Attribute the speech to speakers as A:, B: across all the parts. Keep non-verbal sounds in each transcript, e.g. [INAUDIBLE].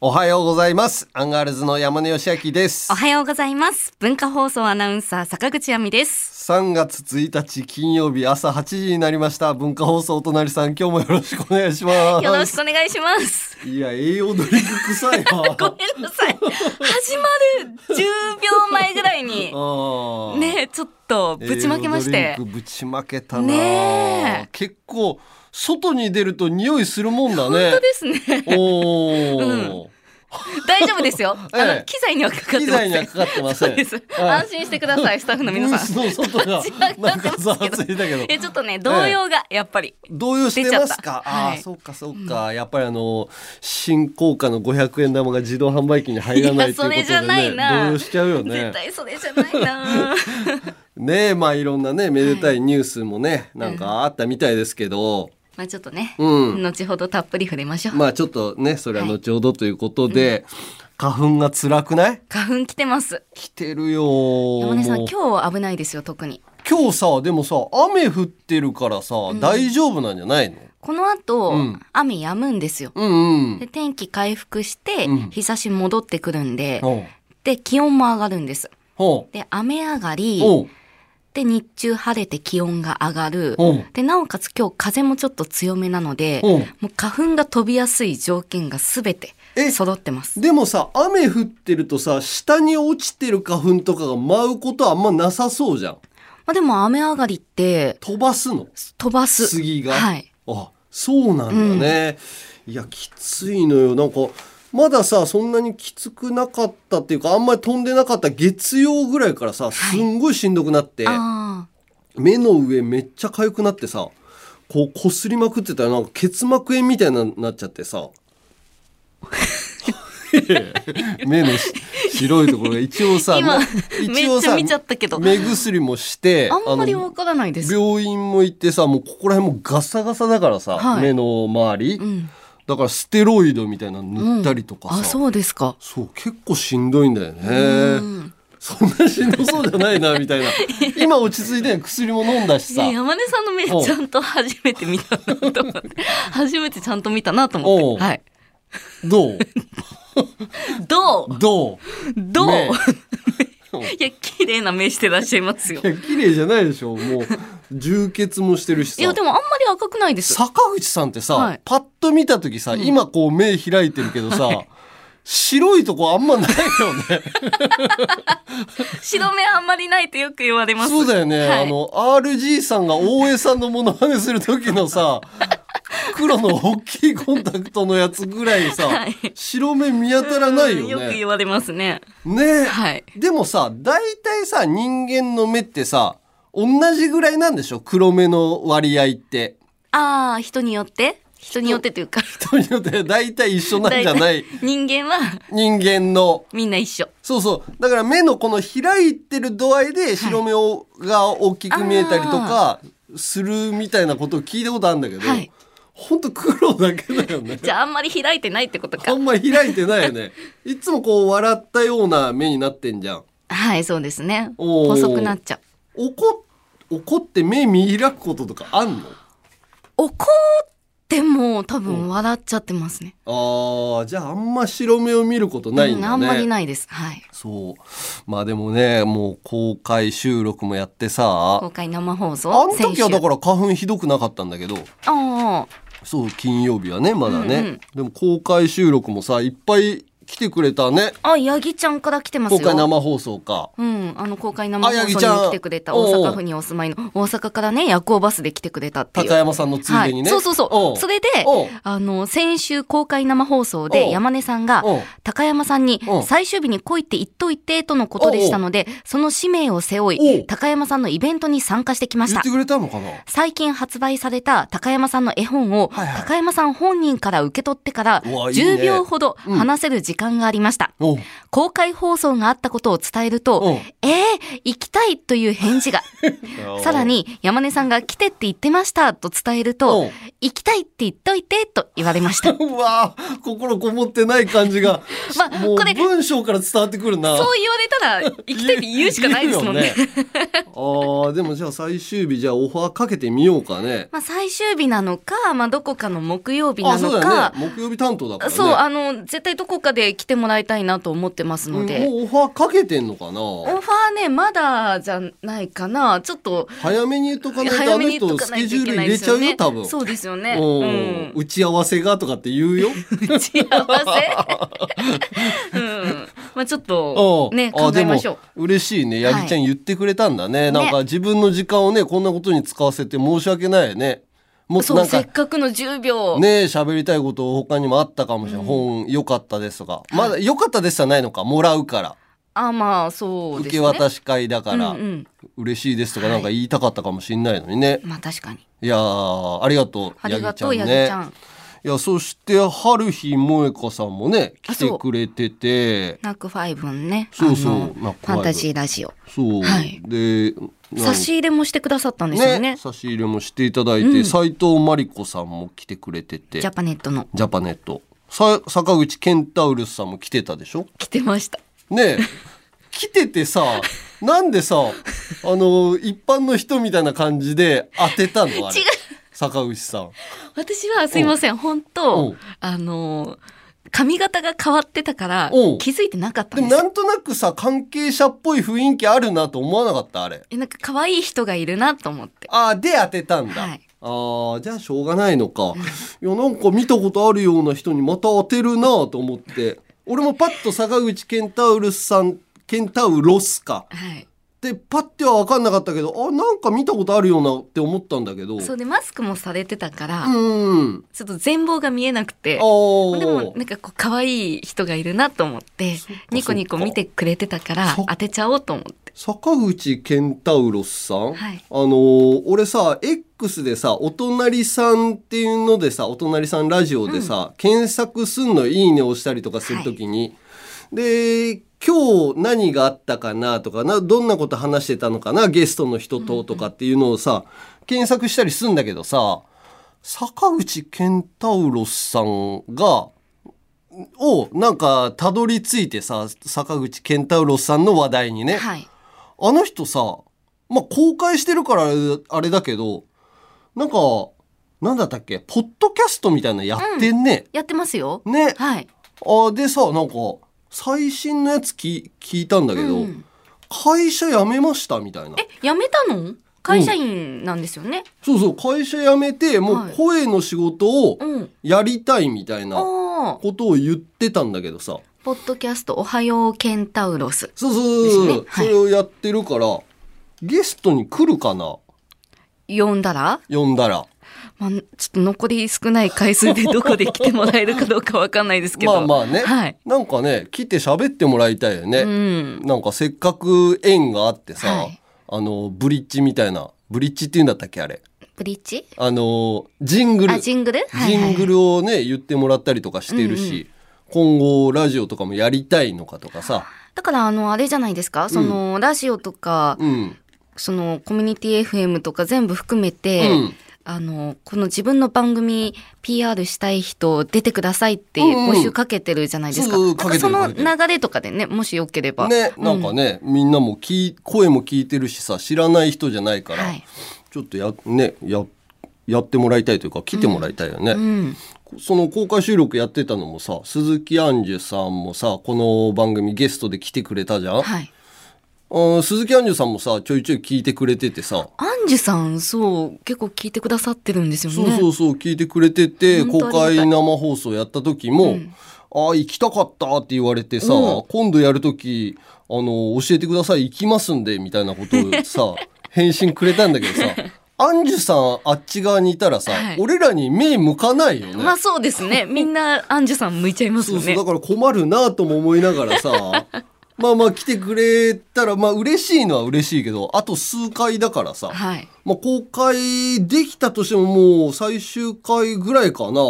A: おはようございます。アンガールズの山根義明です
B: お。はようございます。文化放送アナウンサー坂口亜美です。
A: 3月1日金曜日朝8時になりました。文化放送お隣さん、今日もよろしくお願いしま
B: よろし
A: す。
B: くお願いします。
A: いや、栄養ドリンク臭いわ。
B: [LAUGHS] ごめんなさい。始まる10秒前ぐらいに
A: [LAUGHS] あー
B: ねちょっとぶちまけまし
A: 栄養ド
B: て
A: リンクぶちまけたな、
B: ねえ
A: 結構外に出ると匂いするもんだね
B: 本当で
A: [LAUGHS]
B: すね。
A: おお、
B: 大丈夫ですよ。あ
A: ええ
B: の機材にはかかって
A: 機
B: ませ
A: 材
B: ん。
A: にはかかってません
B: そうです。
A: はい
B: 安心してくださいスタッフの皆
A: [LAUGHS]
B: さん。
A: ブースの外
B: [LAUGHS]
A: が
B: 立ち上が
A: なん
B: ってま
A: か
B: す
A: ざわ
B: けど
A: ついたけど
B: えちょっとね動揺がやっぱり。
A: 動揺してます
B: 出ち
A: か
B: ゃっ。た
A: ああ、
B: はい
A: そうかそうか。やっぱりあの新硬貨の500円玉が自動販売機に入らないという
B: やそ
A: ことで
B: れじゃない
A: ね、
B: な。
A: 動揺しちゃうよね
B: 絶。対それじゃな
A: [LAUGHS]
B: いな。
A: ねえ、まあいろんなねめでたいニュースもね、なんかあったみたいですけど、
B: まあちょっとね、
A: うん
B: 後ほどたっぷり触れましょう。
A: まあちょっとねそれは後ほどということで、花粉が辛くない？
B: 花粉来てます。
A: 来てるよ。
B: 山根さん
A: もう
B: 今日は危ないですよ特に。
A: 今日さでもさ雨降ってるからさ、大丈夫なんじゃないの？
B: この後、
A: うん
B: 雨止むんですよ。
A: うんうん
B: で。天気回復して、
A: うん
B: 日差し戻ってくるんで、
A: ほう
B: で気温も上がるんです。
A: ほ
B: で雨上がり
A: うほう
B: で日中晴れて気温が上がる。
A: ほう
B: でなおかつ今日風もちょっと強めなので、
A: ほう
B: もう花粉が飛びやすい条件がすべて
A: え
B: 揃ってます。
A: でもさ雨降ってるとさ下に落ちてる花粉とかが舞うことはあんまなさそうじゃん
B: まあでも雨上がりって
A: 飛ばすの
B: 飛ばす。
A: 杉が、
B: はい。
A: あそうなんだね、いやきついのよなんかまださそんなにきつくなかったっていうかあんまり飛んでなかった月曜ぐらいからさすんごいしんどくなって、
B: あ
A: 目の上めっちゃ痒くなってさこうこすりまくってたらなんか結膜炎みたいになっちゃって
B: [LAUGHS]
A: さ目のし白いところが一応さな
B: 今めっちゃ見ちゃったけど
A: 目薬もして
B: あ。あんまり
A: あの
B: わからないです。
A: 病院も行ってさもうここら辺もガサガサだからさ、
B: はい
A: 目の周り、
B: うん。
A: だからステロイドみたいなの塗ったりとかさ、
B: あそうですか。
A: そう結構しんどいんだよ
B: う
A: ね
B: ん
A: そんなしんどそうじゃないなみ
B: [LAUGHS]
A: たいな今落ち着いてん薬も飲んだしさ
B: ね、山根さんの目
A: おう
B: ちゃんと初めて見たなと思って [LAUGHS] 初めてちゃんと見たなと思
A: お
B: っ
A: う
B: て、はい、
A: どう
B: どう
A: どう
B: どう、
A: ね
B: [LAUGHS] いや綺麗な目してらっしゃいます [LAUGHS] よ
A: いや綺麗じゃないでしょもう充血もしてるし
B: いや
A: さ
B: でもあんまり赤くないです
A: 坂口さんってさ、
B: はい
A: パッと見た時さ、今こう目開いてるけどさ、白いとこあんまないよね
B: 白目あんまりないってよく言われ [LAUGHS] ます
A: そうだよね、
B: はい
A: あの RG さんが大江さんのモノマネする時の
B: [LAUGHS]
A: さ黒の大きいコンタクトのやつぐらいさ、
B: はい
A: 白目見当たらないよ
B: うんよく
A: ね
B: 言われますね
A: ね、
B: はい
A: でもさ大体さ人間の目ってさ同じぐらいなんでしょ黒目の割合って。 [LAUGHS]
B: ああ人によって人によってというか
A: ということで大体一緒なんじゃない
B: 人間は
A: 人間の
B: みんな一緒
A: そうそうだから目のこの開いてる度合いで白目をが大きく見えたりとかするみたいなことを聞いたことあるんだけど、
B: はい
A: ほんと黒だけだよね
B: じゃああんまり開いてないってことか
A: あんまり開いてないよねいつもこう笑ったような目になってんじゃん
B: はいそうですね
A: おー
B: 細くなっちゃう
A: 怒っ怒って目見開くこととかあんの
B: 怒っても多分笑っちゃってますね
A: あーじゃああんま白目を見ることないんだね、
B: うんあんまりないですはい
A: そうまあでもねもう公開収録もやってさ
B: 公開生放送
A: あの時はだ
B: ら
A: から花粉ひどくなかったんだけど
B: あ
A: そう金曜日はねまだね、
B: うんうん
A: でも公開収録もさいっぱい来てくれたね
B: ああヤギちゃんから来てます
A: 公
B: よ
A: 開生放送か
B: うん、あの公開生放
A: あヤ
B: 送
A: ギ
B: に
A: ちゃん
B: 来てくれた大阪府にお住まいの大阪からね夜行バスで来てくれたっていう
A: 高山さんのついでにね、
B: はい、そうそう
A: お
B: そうそれで
A: おう
B: あの先週公開生放送
A: おう
B: で山根さんが
A: おう
B: 高山さんに
A: おう
B: 最終日に来いって言っといてとのことでしたのでその使命を背負
A: おう
B: い高山さんのイベントに参加してきまし
A: 言ったてくれたのかな
B: 最近発売された高山さんの絵本を
A: はいはい
B: 高山さん本人から受け取ってから
A: うわいいね
B: 10秒ほど話せる時時間がありました。
A: おう
B: 公開放送があったことを伝えると、ええ行きたいという返
A: [LAUGHS]
B: 事が。さらに、山根さんが来てって言ってましたと伝える
A: う
B: と
A: ん、
B: 行きたいって言っといてと言われ
A: [LAUGHS]
B: ました。そう
A: うわー心こもってない感じが、
B: [LAUGHS] まあ
A: もう
B: これ
A: 文章から伝わってくるな
B: 言われたら、行きたいって言うしかないですもんね。
A: 言うよねあーでもじゃあ最終日じゃあオファーかけてみようか
B: [LAUGHS]
A: ね
B: [LAUGHS] まあ最終日なのか、まあどこかの木曜日な
A: あそ
B: の
A: うだよ
B: か、
A: ね木曜日担当だからね
B: そう、あの、絶対どこかで来てもらいたいなと思ってますの
A: うん
B: で。
A: もうオファーかけてんのか
B: オ
A: な
B: ファーね、まだじゃないかな。ちょっと、
A: 早めに言っとかないと
B: 早
A: あ
B: め
A: の
B: に言っ
A: 人
B: とか
A: ス
B: ない
A: ケ
B: と
A: ジュ
B: い
A: ー
B: け
A: ル
B: ない
A: 入
B: で
A: れ
B: す
A: ちゃ
B: よ
A: うよ
B: ね。
A: 多分
B: そうですよね。
A: うん
B: うん。
A: 打ち合わせがとかって言うよ
B: 打ち合わせうん。まあちょっと、
A: うん
B: ね、
A: あ
B: 考えましょう
A: で。も嬉しいね八木ちゃん言ってくれたんだね、
B: い
A: なんか自分の時間をねこんなことに使わせて申し訳ないねもっと
B: そ
A: な
B: う、
A: んか
B: せっかくの10秒。
A: ねえ喋りたいこと他にもあったかもしれない、本良かったですとかまだ良かったですじゃないのかもらうから、
B: あ、まあ、そう
A: 受
B: です
A: け
B: ね。
A: 渡し会だから、
B: うんうん。
A: 嬉しいですとか
B: はい
A: なんか言いたかったかもしれないのにね、
B: まあ確かに。
A: い、やーありがとう
B: ありがとう、
A: ヤ
B: や
A: ギ
B: ぎ
A: ち
B: ち
A: ゃ
B: ゃ
A: んね
B: ん。
A: いやそして春日萌香さんもね
B: あ
A: 来て
B: そう
A: くれてて
B: ナックファイブンね。
A: そうそう
B: あの
A: ナックファイブ
B: ファンタジーラジオ。
A: そう、
B: はい
A: でなん
B: 差し入れもしてくださったんですよね。
A: 差し入れもしていただいて、斉藤真理子さんも来てくれてて
B: ジャパネットの。
A: ジャパネットさ坂口ケンタウルスさんも来てたでしょ
B: 来てました。 [LAUGHS]
A: ねえ来ててさなんでさあの一般の人みたいな感じで当てたのあれ
B: 違う
A: 坂口さん
B: 私はすいません、本
A: お
B: 当
A: う
B: あのー、髪型が変わってたから
A: おう
B: 気づいてなかった
A: で
B: ん
A: も
B: です
A: な
B: よ。
A: んとなくさ関係者っぽい雰囲気あるなと思わなかったあれ
B: えなんか可愛い人がいるなと思って。
A: ああで当てたんだ、
B: はい
A: あーじゃあしょうがないのかいやなんか見たことあるような人にまた当てるなと思って俺もパッと坂口ケンタウルスさんケンタウロスか
B: はい。
A: でパッては分かんなかったけどあなんか見たことあるようなって思ったんだけど
B: そうで、マスクもされてたから、
A: うん。
B: ちょっと全貌が見えなくて
A: あ。ー
B: でもなんかこう可愛い人がいるなと思ってニコニコ見てくれてたから
A: そっか
B: 当てちゃおうと思って
A: 坂口健太郎さん、
B: はい
A: あのー俺さ X でさ「お隣さん」っていうのでさ「お隣さんラジオ」でさ、検索すんの「いいね」押したりとかするときに、で今日何があったかなとかなどんなこと話してたのかなゲストの人ととかっていうのをさ、検索したりすんだけどさ坂口健太郎さんがをなんかたどり着いてさ坂口健太郎さんの話題にね、
B: はい
A: あの人さ、まあ、公開してるからあれあれだけど、なんか、なんだったっけ、ポッドキャストみたいなのやってんね。
B: やってますよ
A: ね。
B: はい
A: あ、でさ、なんか、最新のやつき聞いたんだけど、
B: うん
A: 会社辞めましたみたいな。
B: え辞めたの会社員なんですよね
A: そうそう、会社辞めて、も
B: は
A: う
B: い
A: 声の仕事を
B: うん
A: やりたいみたいな
B: ああ
A: ことを言ってたんだけどさ。
B: ポッドキャストおはようケンタウロス
A: そうそうそうそう、
B: ですねはい
A: それをやってるから、ゲストに来るかな
B: 呼んだら、
A: 呼んだら。
B: まあ、ちょっと残り少ない回数でどこで来てもらえるかどうかわかんないですけど
A: まあまあね、
B: はい
A: なんかね来て喋ってもらいたいよ
B: う
A: ね、
B: ん
A: なんかせっかく縁があってさ、
B: はい
A: あのブリッジみたいなブリッジっていうんだったっけあれ
B: ブリッジ
A: あのジングル
B: あジングル、はい
A: ジング
B: ル
A: ルをね言ってもらったりとかしてるし、今後ラジオとかもやりたいのかとかさ、
B: だからあのあれじゃないですかその、ラジオとか
A: うん
B: そのコミュニティ FM とか全部含めて、
A: うん
B: あのこの自分の番組 PR したい人出てくださいって
A: うんうん
B: 募集かけてるじゃないですか,、
A: そうそう
B: なん
A: かけ
B: か
A: て
B: そ
A: る
B: の
A: かけてる
B: 流れとかでねもしよければ、
A: ねなんかね、みんなも聞い声も聞いてるしさ知らない人じゃないから、
B: はい
A: ちょっとやねややってもらいたいというか来てもらいたいよね。
B: うん、
A: その公開収録やってたのもさ鈴木杏樹さんもさこの番組ゲストで来てくれたじゃん、
B: はい
A: うん鈴木杏樹さんもさちょいちょい聞いてくれててさ、
B: アンジュさんそう結構聞いてくださってるんですよね
A: そうそうそう聞いてくれてて公
B: 本当ありが
A: 開
B: たい
A: 生放送やった時も「ああ行きたかった」って言われてさ、
B: うん
A: 今度やる時あの教えてください行きますんで」みたいなことを
B: [LAUGHS]
A: さ返信くれたんだけどさアンジュさんあっち側にいたらさ、
B: はい
A: 俺らに目向かないよね。
B: まあそうです
A: [LAUGHS]
B: ねみんなアンジュさん向いちゃいます
A: そ
B: よ
A: う
B: ね
A: そうだから困るなとも思いながら [LAUGHS] さまあまあ来てくれたらまあ嬉しいのは嬉しいけどあと数回だからさ、
B: はい
A: まあ、公開できたとしてももう最終回ぐらいかな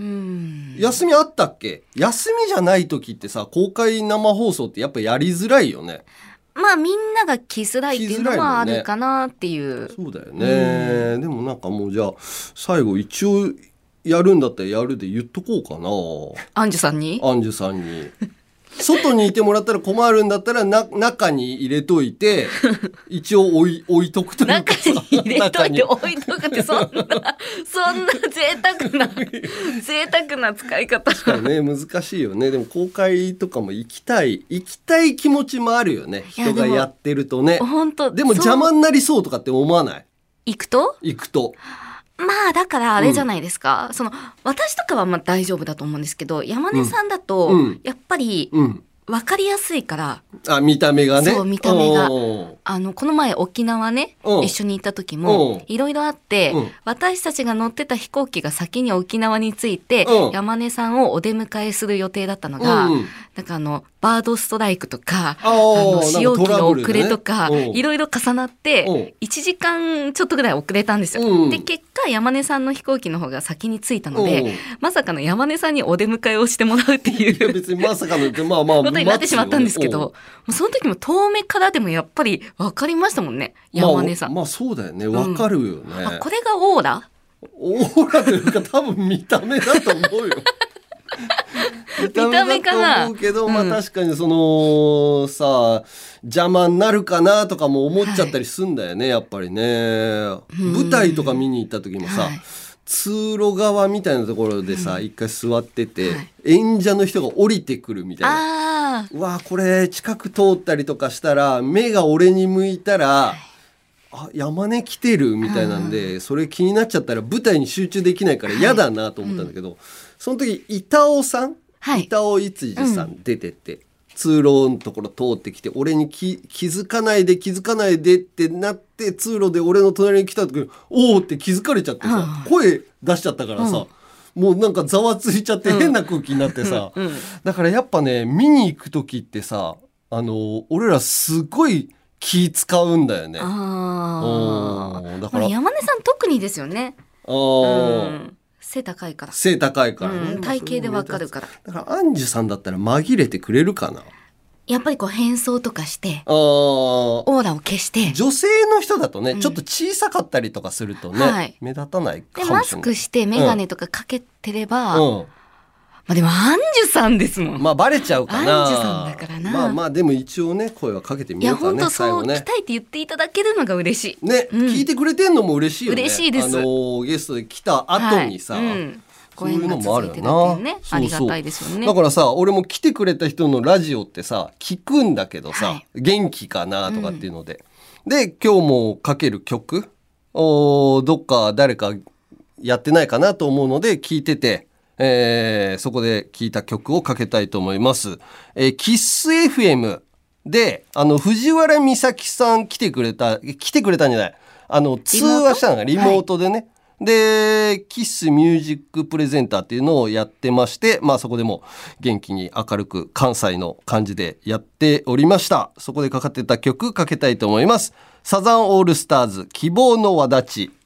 B: うん。
A: 休みあったっけ休みじゃない時ってさ公開生放送ってやっぱやりづらいよね
B: まあみんなが来づらいっていうの
A: 来づらい
B: は
A: も
B: あ
A: んね
B: るかなっていう。
A: そうだよね、でもなんかもうじゃあ最後一応やるんだったらやるで言っとこうか
B: アンジュさんに
A: [LAUGHS] なアンジュさんに外にいてもらったら困るんだったらな中に入れとい
B: [LAUGHS]
A: て一応置い置いとくという
B: 中
A: かさ
B: に入れといて
A: 中に
B: 置いとくってそんな、そんな贅沢
A: [LAUGHS]
B: な、贅沢な使い方。
A: ね、難しいよねでも公開とかも行きたい行きたい気持ちもあるよね
B: いや
A: 人が
B: でも
A: やってるとね
B: 本当
A: でも
B: そう
A: 邪魔になりそうとかって思わない
B: 行くと
A: 行くと
B: まあだからあれじゃないですか、その私とかはまあ大丈夫だと思うんですけど山根さんだと
A: うんうん
B: やっぱり
A: うん
B: 分かりやすいから、
A: あ見た目がね
B: そう見た目が
A: お
B: あのこの前沖縄ね
A: うん
B: 一緒に行った時
A: うん
B: もいろいろあって
A: うん
B: 私たちが乗ってた飛行機が先に沖縄に着いて
A: うん
B: 山根さんをお出迎えする予定だったの
A: ー
B: が、
A: うん
B: なんかあのバードストライクとか
A: あー
B: あの
A: なんか
B: 使用機
A: トラ
B: の
A: ブル
B: 遅
A: でね
B: れとか、
A: うん
B: いろいろ重なって、
A: うん
B: 1時間ちょっとぐらい遅れたんですよ。
A: うん
B: で結果山根さんの飛行機の方が先に着いたので、
A: うん
B: まさかの山根さんにお出迎えをしてもらうって
A: いや
B: いう。
A: 別にまさかのでまあまあ
B: [LAUGHS] ことになってしまったんですけど、も
A: 待
B: うその時も遠目からでもやっぱり分かりましたもんね、
A: つようん
B: 山根さん。
A: まあ、まあそうだよねわかるよね、
B: あこれがオーラ
A: オーラというか多分見た目だと思
B: [LAUGHS]
A: うよ。見
B: た目かな
A: だと思うけど、まあ
B: うん
A: 確かにそのさ邪魔になるかなとかも思っちゃったりすんだよね、やっぱりね。舞台とか見に行った時もさ、
B: はい
A: 通路側みたいなところでさ、一回座ってて、
B: はい
A: 演者の人が降りてくるみたいな。
B: ああ、
A: うわあこれ近く通ったりとかしたら目が俺に向いたら、あ山根来てるみたいなんで、それ気になっちゃったら舞台に集中できないから嫌だなと思ったんだけど、その時板尾さん、
B: はい
A: 板尾いつじさん出てって、通路のところ通ってきて俺に気気づかないで気づかないでってなって通路で俺の隣に来た時におおって気づかれちゃってさ、声出しちゃったからさ、もうなんかざわついちゃって変な空気になってさ、
B: うん、
A: だからやっぱね見に行く時ってさあの俺らすごい気使うんだよね。あ
B: あ
A: おー
B: あ、
A: だから
B: まあ山根さん特にですよね。う
A: ー
B: ん背高いから。
A: 背高いから、ね
B: うん、体型でわかるから。
A: だからアンジュさんだったら紛れてくれるかな
B: やっぱりこう変装とかして、
A: あー
B: オーラを消して、
A: 女性の人だとね、
B: うん
A: ちょっと小さかったりとかするとね、
B: はい
A: 目立たないかもし
B: で、
A: れない
B: マスクしてメガネとかかけてれば、ま
A: うん
B: あでもアンジュさんですもん。
A: まあバレちゃうかな
B: アンジュさんだからな
A: まあまあでも一応ね声はかけてみ
B: い
A: よ
B: や、
A: うか
B: 本
A: ね
B: 当
A: 最
B: そ
A: 後
B: う、
A: ね
B: 期待って言っていただけるのが嬉しい。
A: ね、
B: うん
A: 聞いてくれてんのも嬉しいよね
B: 嬉しいです
A: あのーゲストで来た後にさ、
B: はいうん
A: そ
B: ご
A: うい
B: 縁
A: うの
B: が
A: もあ
B: 続
A: る
B: い
A: よ
B: て
A: な
B: るっていうね。
A: そうそう
B: ありがたいですよね
A: だ。からさ俺も来てくれた人のラジオってさ聞くんだけどさ、
B: はい
A: 元気かなとかっていうので、で今日もかける曲おーどっか誰かやってないかなと思うので聞いてて、えーそこで聞いた曲をかけたいと思います。えーキッス FM であの藤原美咲さん来てくれた来てくれたんじゃないあの通話したのがリモートリモートでね。で、キッスミュージックプレゼンターっていうのをやってまして、まあそこでも元気に明るく関西の感じでやっておりました。そこでかかってた曲かけたいと思います。サザンオールスターズ希望の輪立ち。